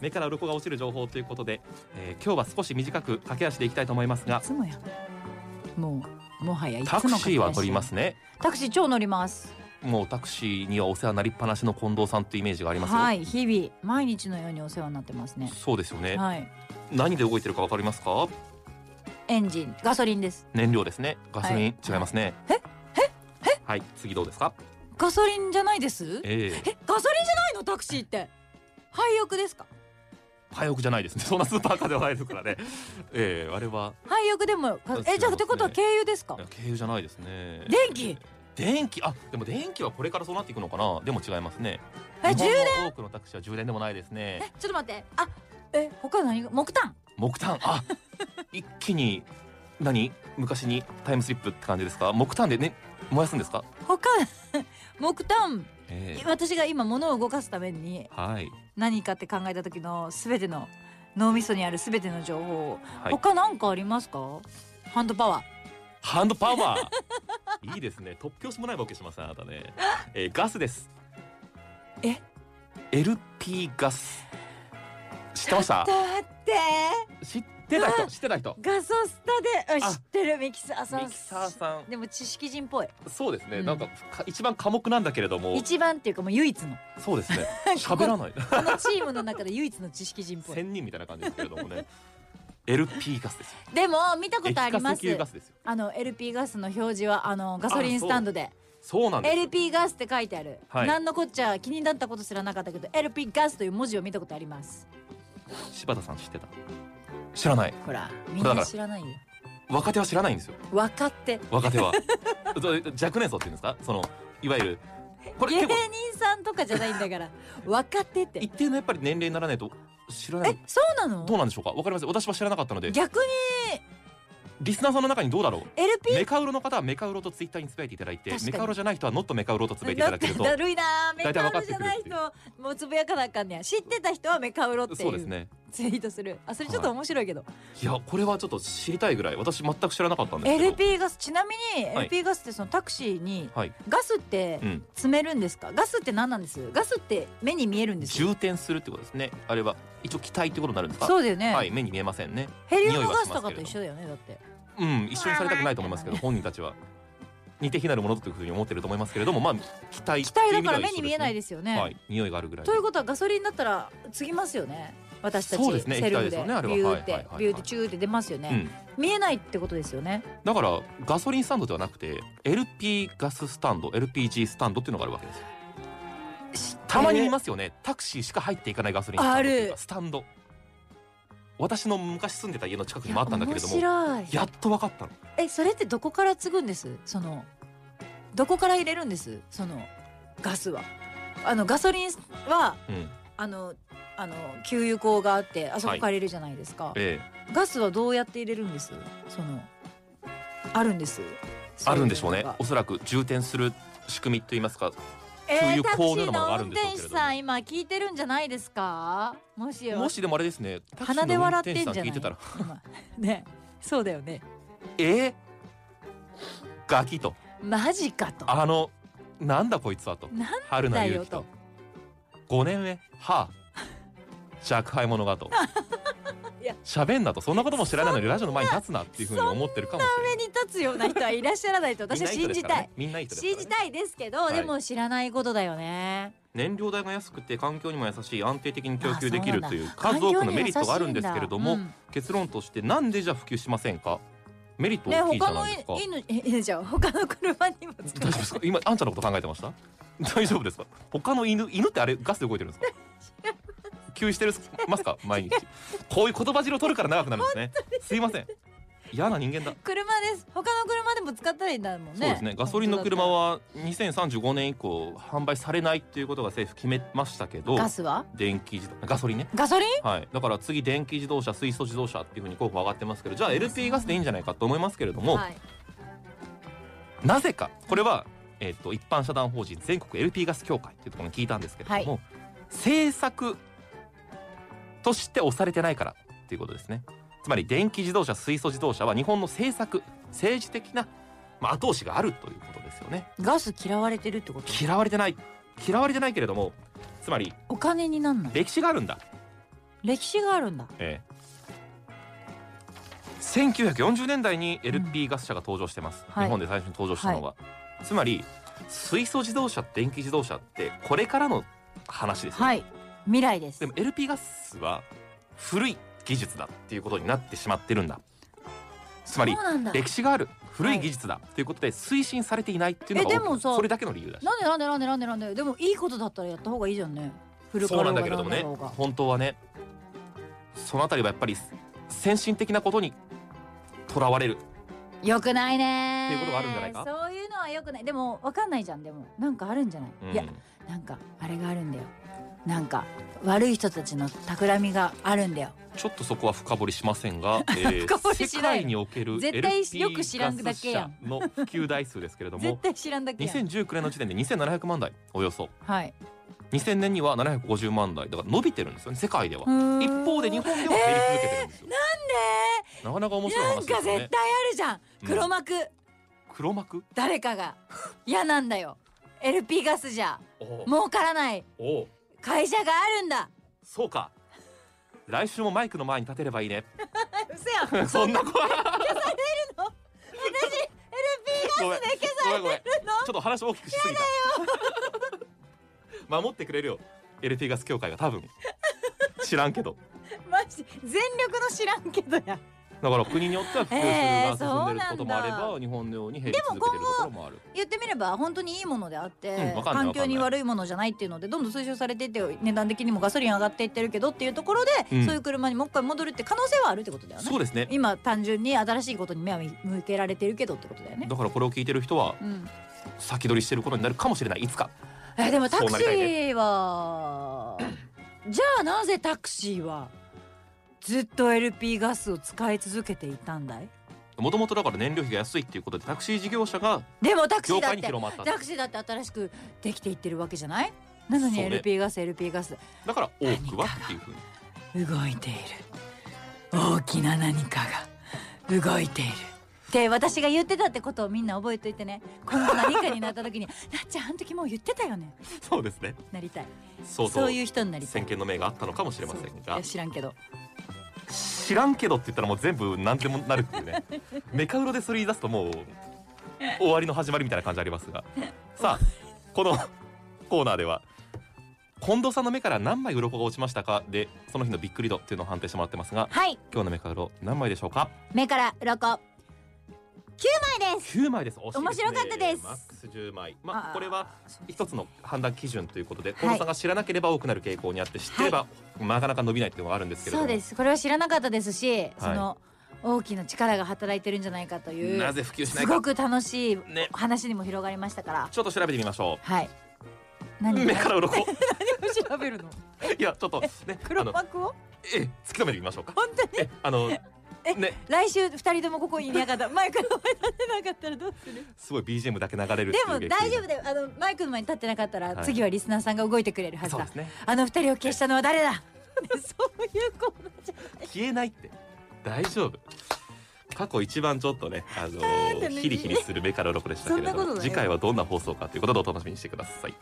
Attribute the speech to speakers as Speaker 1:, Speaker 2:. Speaker 1: 目から鱗が落ちる情報ということで、えー今日は少し短く駆け足でいきたいと思います
Speaker 2: い
Speaker 1: が
Speaker 2: つもやもうもはやいつも
Speaker 1: タクシーは乗りますすね
Speaker 2: タクシー超乗ります
Speaker 1: もうタクシーにはお世話になりっぱなしの近藤さんというイメージがありますよ、
Speaker 2: はい日々毎日のようにお世話になってますね
Speaker 1: そうですよね、
Speaker 2: はい
Speaker 1: 何で動いてるかわかりますか
Speaker 2: エンジンガソリンです
Speaker 1: 燃料ですねガソリン、
Speaker 2: はい
Speaker 1: 違いますね
Speaker 2: ええ
Speaker 1: えはい次どうですか
Speaker 2: ガソリンじゃないですえ
Speaker 1: ええ
Speaker 2: ガソリンじゃないのタクシーって廃屋ですか
Speaker 1: 廃屋じゃないですねそんなスーパーカーではないですからねええあれは
Speaker 2: 廃屋でも
Speaker 1: そうですね
Speaker 2: えじゃあってことは軽油ですか
Speaker 1: いや軽油じゃないですね
Speaker 2: 電気
Speaker 1: 電気あでも電気はこれからそうなっていくのかなでも違いますね
Speaker 2: え
Speaker 1: 日
Speaker 2: 充
Speaker 1: 本
Speaker 2: 電
Speaker 1: の多くのタクシーは充電でもないです
Speaker 2: え
Speaker 1: ね
Speaker 2: ちょっと待ってあえ他何が木炭
Speaker 1: 木炭 あ一気に何昔にタイムスリップって感じですか木炭でね燃やすんですか
Speaker 2: 他木炭
Speaker 1: ええ
Speaker 2: 私が今物を動かすために
Speaker 1: はい
Speaker 2: 何かって考えた時の全ての脳みそにある全ての情報を、
Speaker 1: はい
Speaker 2: 他なんかありますかハンドパワー
Speaker 1: ハンドパワ ーいいですね突拍子もないボケしますねあなたね、えーガスです
Speaker 2: え
Speaker 1: LP ガス知ってました
Speaker 2: だって
Speaker 1: 知ってた人知ってた人
Speaker 2: ガソスタであ
Speaker 1: あ
Speaker 2: 知ってるミキサーさん
Speaker 1: ミキサーさん
Speaker 2: でも知識人っぽい
Speaker 1: そうですね、
Speaker 2: うん
Speaker 1: なんかか一番寡黙なんだけれども
Speaker 2: 一番っていうかもう唯一の
Speaker 1: そうです ね喋らない
Speaker 2: このチームの中で唯一の知識人っ ぽい
Speaker 1: 千人みたいな感じですけれどもね LP ガスですよ
Speaker 2: でも見たことありま
Speaker 1: 液化石油
Speaker 2: す
Speaker 1: ガスですよ
Speaker 2: あの LP ガスの表示はあのガソリンスタンドで
Speaker 1: そうなんですよ
Speaker 2: LP ガスって書いてある、
Speaker 1: はい
Speaker 2: なんのこっちゃ気になったことすらなかったけど LP ガスという文字を見たことあります
Speaker 1: 柴田さん知ってた知らない
Speaker 2: ほらみんな知 らないよ
Speaker 1: 若手は知らないんですよ
Speaker 2: 分かって
Speaker 1: 若手 はそう若年層っていうんですかそのいわゆるこれ
Speaker 2: 芸
Speaker 1: 結
Speaker 2: 人
Speaker 1: 構
Speaker 2: さんとかじゃないんだ から分かってって
Speaker 1: 一定のやっぱり年齢にならないと知らな
Speaker 2: え
Speaker 1: い
Speaker 2: そうなの
Speaker 1: どうなんでしょうかわかりません私は知らなかったので
Speaker 2: 逆に
Speaker 1: リスナーさんの中にどうだろう
Speaker 2: LP
Speaker 1: メカウロの方はメカウロとツイッターにつぶやいていただいて
Speaker 2: 確かに
Speaker 1: メカウロじゃない人はノットメカウロとつぶやいてい
Speaker 2: だ
Speaker 1: ただ
Speaker 2: っ
Speaker 1: け
Speaker 2: て
Speaker 1: ると
Speaker 2: だるいなメ
Speaker 1: 大体分
Speaker 2: カウ
Speaker 1: か
Speaker 2: ロ
Speaker 1: って
Speaker 2: じゃ
Speaker 1: くるっ
Speaker 2: な
Speaker 1: て
Speaker 2: い
Speaker 1: いう
Speaker 2: 人もうつぶやかなあかんねや知ってた人はメカウロってい
Speaker 1: そうです
Speaker 2: う
Speaker 1: ね
Speaker 2: ツイートするあそれちょっと面白いけど、
Speaker 1: いやこれはちょっと知りたいぐらい私全く知らなかったんですけど
Speaker 2: LP ガスちなみに
Speaker 1: はい
Speaker 2: LP ガスってそのタクシーに
Speaker 1: はい
Speaker 2: ガスって
Speaker 1: うん
Speaker 2: 詰めるんですかガスって何なんですガスって目に見えるんですよ
Speaker 1: 充填するってことですねあれは一応気体ってことになるんですか
Speaker 2: そうだよね、
Speaker 1: はい目に見えませんね
Speaker 2: ヘリウ
Speaker 1: 匂い
Speaker 2: ム
Speaker 1: は
Speaker 2: ガ
Speaker 1: し
Speaker 2: ス
Speaker 1: ま
Speaker 2: と
Speaker 1: すけれ
Speaker 2: か
Speaker 1: ど
Speaker 2: と一緒だよねだって
Speaker 1: うん一緒にされたくないと思いますけど本人たちは似て非なるものというふうに思ってると思いますけれどもまあ気体
Speaker 2: 機体だから目に見えない
Speaker 1: で
Speaker 2: ですよ
Speaker 1: す
Speaker 2: ね
Speaker 1: ねはい匂いがあるぐらいで
Speaker 2: ということはガソリンだったら継ぎますよね私たち
Speaker 1: そうですね
Speaker 2: セルフ
Speaker 1: 液体です
Speaker 2: で
Speaker 1: よねあれは
Speaker 2: ビューって、
Speaker 1: はいはいはいはい
Speaker 2: ビューってチューって出ますよ
Speaker 1: う
Speaker 2: ね、
Speaker 1: ん
Speaker 2: 見えないってことですよね
Speaker 1: だからガソリンスタンドではなくて LP ガススタンド LPG スタンドっていうのがあるわけですよたまに見ますよねタクシーしか入っていかないガソリンスタンドっていう
Speaker 2: ある
Speaker 1: かスタンド私の昔住んでた家の近くにもあったんだけれども
Speaker 2: いや面白い
Speaker 1: やっと分かったの
Speaker 2: えそれってどこから継ぐんですそのどこから入れるんですそのガスはあのガソリンは
Speaker 1: うん
Speaker 2: あのあの給油口があってあそこから入れるじゃないですか、
Speaker 1: ええ
Speaker 2: ガスはどうやって入れるんですそのあるんです
Speaker 1: あるんでしょうね
Speaker 2: そいのが
Speaker 1: おそらく充填する仕組みといいますか
Speaker 2: え
Speaker 1: 給
Speaker 2: ー、
Speaker 1: 油
Speaker 2: タク
Speaker 1: 口
Speaker 2: シ
Speaker 1: のよう
Speaker 2: ー
Speaker 1: なものがあ
Speaker 2: の
Speaker 1: るん
Speaker 2: 運
Speaker 1: ですよ
Speaker 2: 転手さん今聞いてるんじゃないですかもしよ
Speaker 1: もしでもあれですねタクシ
Speaker 2: 鼻
Speaker 1: ー
Speaker 2: で
Speaker 1: の運
Speaker 2: 笑っ
Speaker 1: 転
Speaker 2: て
Speaker 1: 手
Speaker 2: んじ
Speaker 1: さ
Speaker 2: ゃ
Speaker 1: ん
Speaker 2: ない
Speaker 1: 聞いてたら
Speaker 2: 今ねそうだよね
Speaker 1: 「えー、ガキ」と
Speaker 2: マジ
Speaker 1: 「
Speaker 2: かと
Speaker 1: あのなんだこいつは」と
Speaker 2: なん
Speaker 1: 「春の
Speaker 2: だ
Speaker 1: 勇
Speaker 2: よ
Speaker 1: 気」と
Speaker 2: と
Speaker 1: 「5年目はあ若輩者が」と
Speaker 2: いや
Speaker 1: 「喋んな」と「そんなことも知らないのにラジオの前に立つな」っていうふうに思ってるかもしれない
Speaker 2: 目に立つような人はいらっしゃらないと私は
Speaker 1: みんな人で
Speaker 2: 信
Speaker 1: す
Speaker 2: じ
Speaker 1: か
Speaker 2: た
Speaker 1: ら
Speaker 2: い
Speaker 1: ねみんないい人ですからね
Speaker 2: 信じたいですけど、
Speaker 1: はい
Speaker 2: でも知らないことだよね
Speaker 1: 燃料代が安くて環境にも優しい安定的に供給でき
Speaker 2: あそ
Speaker 1: る
Speaker 2: うなんだ
Speaker 1: という数多くのメリットがあるんですけれども、
Speaker 2: 環境に優しい
Speaker 1: 結
Speaker 2: んだ
Speaker 1: 論としてなんでじゃあ普及しませんかメリッ
Speaker 2: う
Speaker 1: ト
Speaker 2: んね
Speaker 1: 大きいじ
Speaker 2: 他
Speaker 1: ゃな
Speaker 2: の
Speaker 1: いですか、
Speaker 2: 犬 犬じゃん他の車にも使
Speaker 1: 大丈夫ですか今あんちゃんのこと考えてました 大丈夫ですか他の犬犬ってあれガスで動いてるんですか給油してるます か毎日こういう言葉汁を取るから長くなるんですねすいません嫌な人間だ、
Speaker 2: 車です他の車でも使ったらいいんだもんね
Speaker 1: そうですねガソリンの車は2035年以降販売されないっていうことが政府決めましたけど
Speaker 2: ガスは
Speaker 1: 電気自動ガソリンね
Speaker 2: ガソリン
Speaker 1: はい、だから次電気自動車水素自動車っていうふうに候補上がってますけどじゃあ LP ガスでいいんじゃないかと思いますけれども、
Speaker 2: はい
Speaker 1: なぜかこれは、えっと一般社団法人全国 LP ガス協会っていうところに聞いたんですけれども、政策として押されてないからっていうことですねつまり電気自動車水素自動車は日本の政策政治的な、まあ、後押しがあるということですよね
Speaker 2: ガス嫌われてるってこと
Speaker 1: 嫌われてない嫌われてないけれどもつまり
Speaker 2: お金になんない
Speaker 1: 歴史があるんだ
Speaker 2: 歴史があるんだ。
Speaker 1: ええ1940年代に LP ガス車が登場してます、
Speaker 2: はい
Speaker 1: 日本で最初に登場したのが、つまり水素自動車電気自動車ってこれからの話ですよ、
Speaker 2: はい。未来です。
Speaker 1: でも LP ガスは古い技術だっていうことになってしまってるんだつまり
Speaker 2: そうなんだ。
Speaker 1: 歴史がある古い技術だということで推進されていないっていうのが
Speaker 2: え
Speaker 1: 大
Speaker 2: で
Speaker 1: き
Speaker 2: も
Speaker 1: な、
Speaker 2: さ
Speaker 1: それだけの理由だし
Speaker 2: なんでなんでなんでなんでなんででもいいことだったらやった方がいいじゃんね。古
Speaker 1: そう
Speaker 2: 川
Speaker 1: なんだけれどもね本当はねそのあたりはやっぱり先進的なことにとらわれる
Speaker 2: よくないね
Speaker 1: っていうことがあるんじゃないか
Speaker 2: そういうのはよくないでもわかんないじゃんでもなんかあるんじゃない、
Speaker 1: うん
Speaker 2: いやなんかあれがあるんだよなんか悪い人たちの企みがあるんだよ
Speaker 1: ちょっとそこは深掘りしません が、えー
Speaker 2: 深掘りし
Speaker 1: 世
Speaker 2: ない
Speaker 1: 界における
Speaker 2: 絶対よく知らん
Speaker 1: LP
Speaker 2: だ
Speaker 1: ガス
Speaker 2: けや
Speaker 1: 車の
Speaker 2: ん
Speaker 1: 普及台数ですけれど
Speaker 2: 絶
Speaker 1: も
Speaker 2: 対知らんだけやん
Speaker 1: 2019年の時点で2700万台およそ
Speaker 2: はい
Speaker 1: 2000年には750万台だから伸びてるんですよね世界では一
Speaker 2: 一
Speaker 1: 方で日本では減り続けてるんですよ、なかなか面白い
Speaker 2: な
Speaker 1: 話
Speaker 2: ん
Speaker 1: ですよ
Speaker 2: か絶対
Speaker 1: ね
Speaker 2: あるじゃん
Speaker 1: うん
Speaker 2: 黒幕、
Speaker 1: 黒幕
Speaker 2: 誰かが嫌なんだよ LP ガスじゃ
Speaker 1: おう
Speaker 2: 儲からない
Speaker 1: おう
Speaker 2: 会社があるんだ
Speaker 1: そうか来週もマイクの前に立てればいいね
Speaker 2: 嘘 や ん
Speaker 1: そんな子はごめんごめ
Speaker 2: 消
Speaker 1: んごめんちょっと話大きくしすぎた 守ってくれるよ LP ガス協会が多分知らんけど
Speaker 2: マジで全力の知らんけどや
Speaker 1: だから国によっては普及
Speaker 2: えー
Speaker 1: 数が進んでることもあれば、
Speaker 2: そうなん
Speaker 1: 日本のように減り続けてるところもある
Speaker 2: 言ってみれば本当にいいものであって、
Speaker 1: うんわかんない
Speaker 2: 環境に悪いものじゃないっていうのでどんどん推奨されていって値段的にもガソリン上がっていってるけどっていうところで、
Speaker 1: うん
Speaker 2: そういう車にもう一回戻るって可能性はあるってことだよね
Speaker 1: そうですね
Speaker 2: 今単純に新しいことに目は向けられてるけどってことだよね
Speaker 1: だからこれを聞いてる人は
Speaker 2: うん、
Speaker 1: 先取りしてることになるかもしれないいつか
Speaker 2: えでもタク
Speaker 1: そうな
Speaker 2: シ
Speaker 1: りたい
Speaker 2: ーは、じゃあなぜタクシーはずっと LP ガスを使い続けていたんだい
Speaker 1: もともとだから燃料費が安いっていうことでタクシー事業者が
Speaker 2: でもタクシー
Speaker 1: 業
Speaker 2: だっ
Speaker 1: 界に
Speaker 2: て
Speaker 1: 広まった
Speaker 2: タクシーだって新しくできていってるわけじゃないなのに
Speaker 1: そうね
Speaker 2: LP ガス、LP ガス
Speaker 1: だから多くはっていうふうに
Speaker 2: 動いている大きな何かが動いているって私が言ってたってことをみんな覚えといてね今後何かになっ た時になっちゃんあの時もう言ってたよね
Speaker 1: そうですね
Speaker 2: なりたい
Speaker 1: そう
Speaker 2: そ
Speaker 1: そうう
Speaker 2: いう人になりたい
Speaker 1: 先見の明があったのかもしれません
Speaker 2: そうい
Speaker 1: が
Speaker 2: や知らんけど
Speaker 1: 知らんけどって言ったらもう全部何でもなるっていう ねメカウロでそれ言い出すともう終わりの始まりみたいな感じありますがさあこのコーナーでは近藤さんの目から何枚鱗が落ちましたかでその日のびっくり度っていうのを判定してもらってますが
Speaker 2: はい
Speaker 1: 今日のメカウロ何枚でしょうか
Speaker 2: 目から鱗9枚です
Speaker 1: 9枚です惜しいですね
Speaker 2: 面白かったです
Speaker 1: マックス10枚ま
Speaker 2: あ
Speaker 1: あ
Speaker 2: ー
Speaker 1: これは一つの判断基準ということで
Speaker 2: い
Speaker 1: 近藤さんが知らなければ多くなる傾向にあって知ってればなかなか伸びないっていうのがあるんですけれ
Speaker 2: そ
Speaker 1: ど
Speaker 2: う
Speaker 1: も
Speaker 2: ですこれは知らなかったですし、その大きな力が働いてるんじゃないかという
Speaker 1: なぜ普及しな
Speaker 2: す
Speaker 1: いか
Speaker 2: ごく楽しい
Speaker 1: ね
Speaker 2: 話にも広がりましたから
Speaker 1: ちょっと調べてみましょ
Speaker 2: はいう何
Speaker 1: 目から鱗
Speaker 2: 調べる の
Speaker 1: いやちょっとねあの
Speaker 2: 幕を
Speaker 1: ええ突き止めてみましょうか。
Speaker 2: 本当に
Speaker 1: えあの
Speaker 2: え
Speaker 1: ね
Speaker 2: 来週二人ともここにいなか ったマイクの前に立てなかったらどうする
Speaker 1: すごい BGM だけ流れるって
Speaker 2: で
Speaker 1: いう
Speaker 2: も
Speaker 1: 劇
Speaker 2: 大丈夫だよあのマイクの前に立ってなかったら、
Speaker 1: はい
Speaker 2: 次はリスナーさんが動いてくれるはず
Speaker 1: そう
Speaker 2: だ
Speaker 1: ですね
Speaker 2: あの二人を消したのは誰だ そういうコーナーじゃ
Speaker 1: 消えないって大丈夫過去一番ちょっとねあの
Speaker 2: 楽しい
Speaker 1: ヒリヒリする目から鱗でしたけれ
Speaker 2: そんなこ
Speaker 1: ど
Speaker 2: とない
Speaker 1: 次回はどんな放送かということでお楽しみにしてください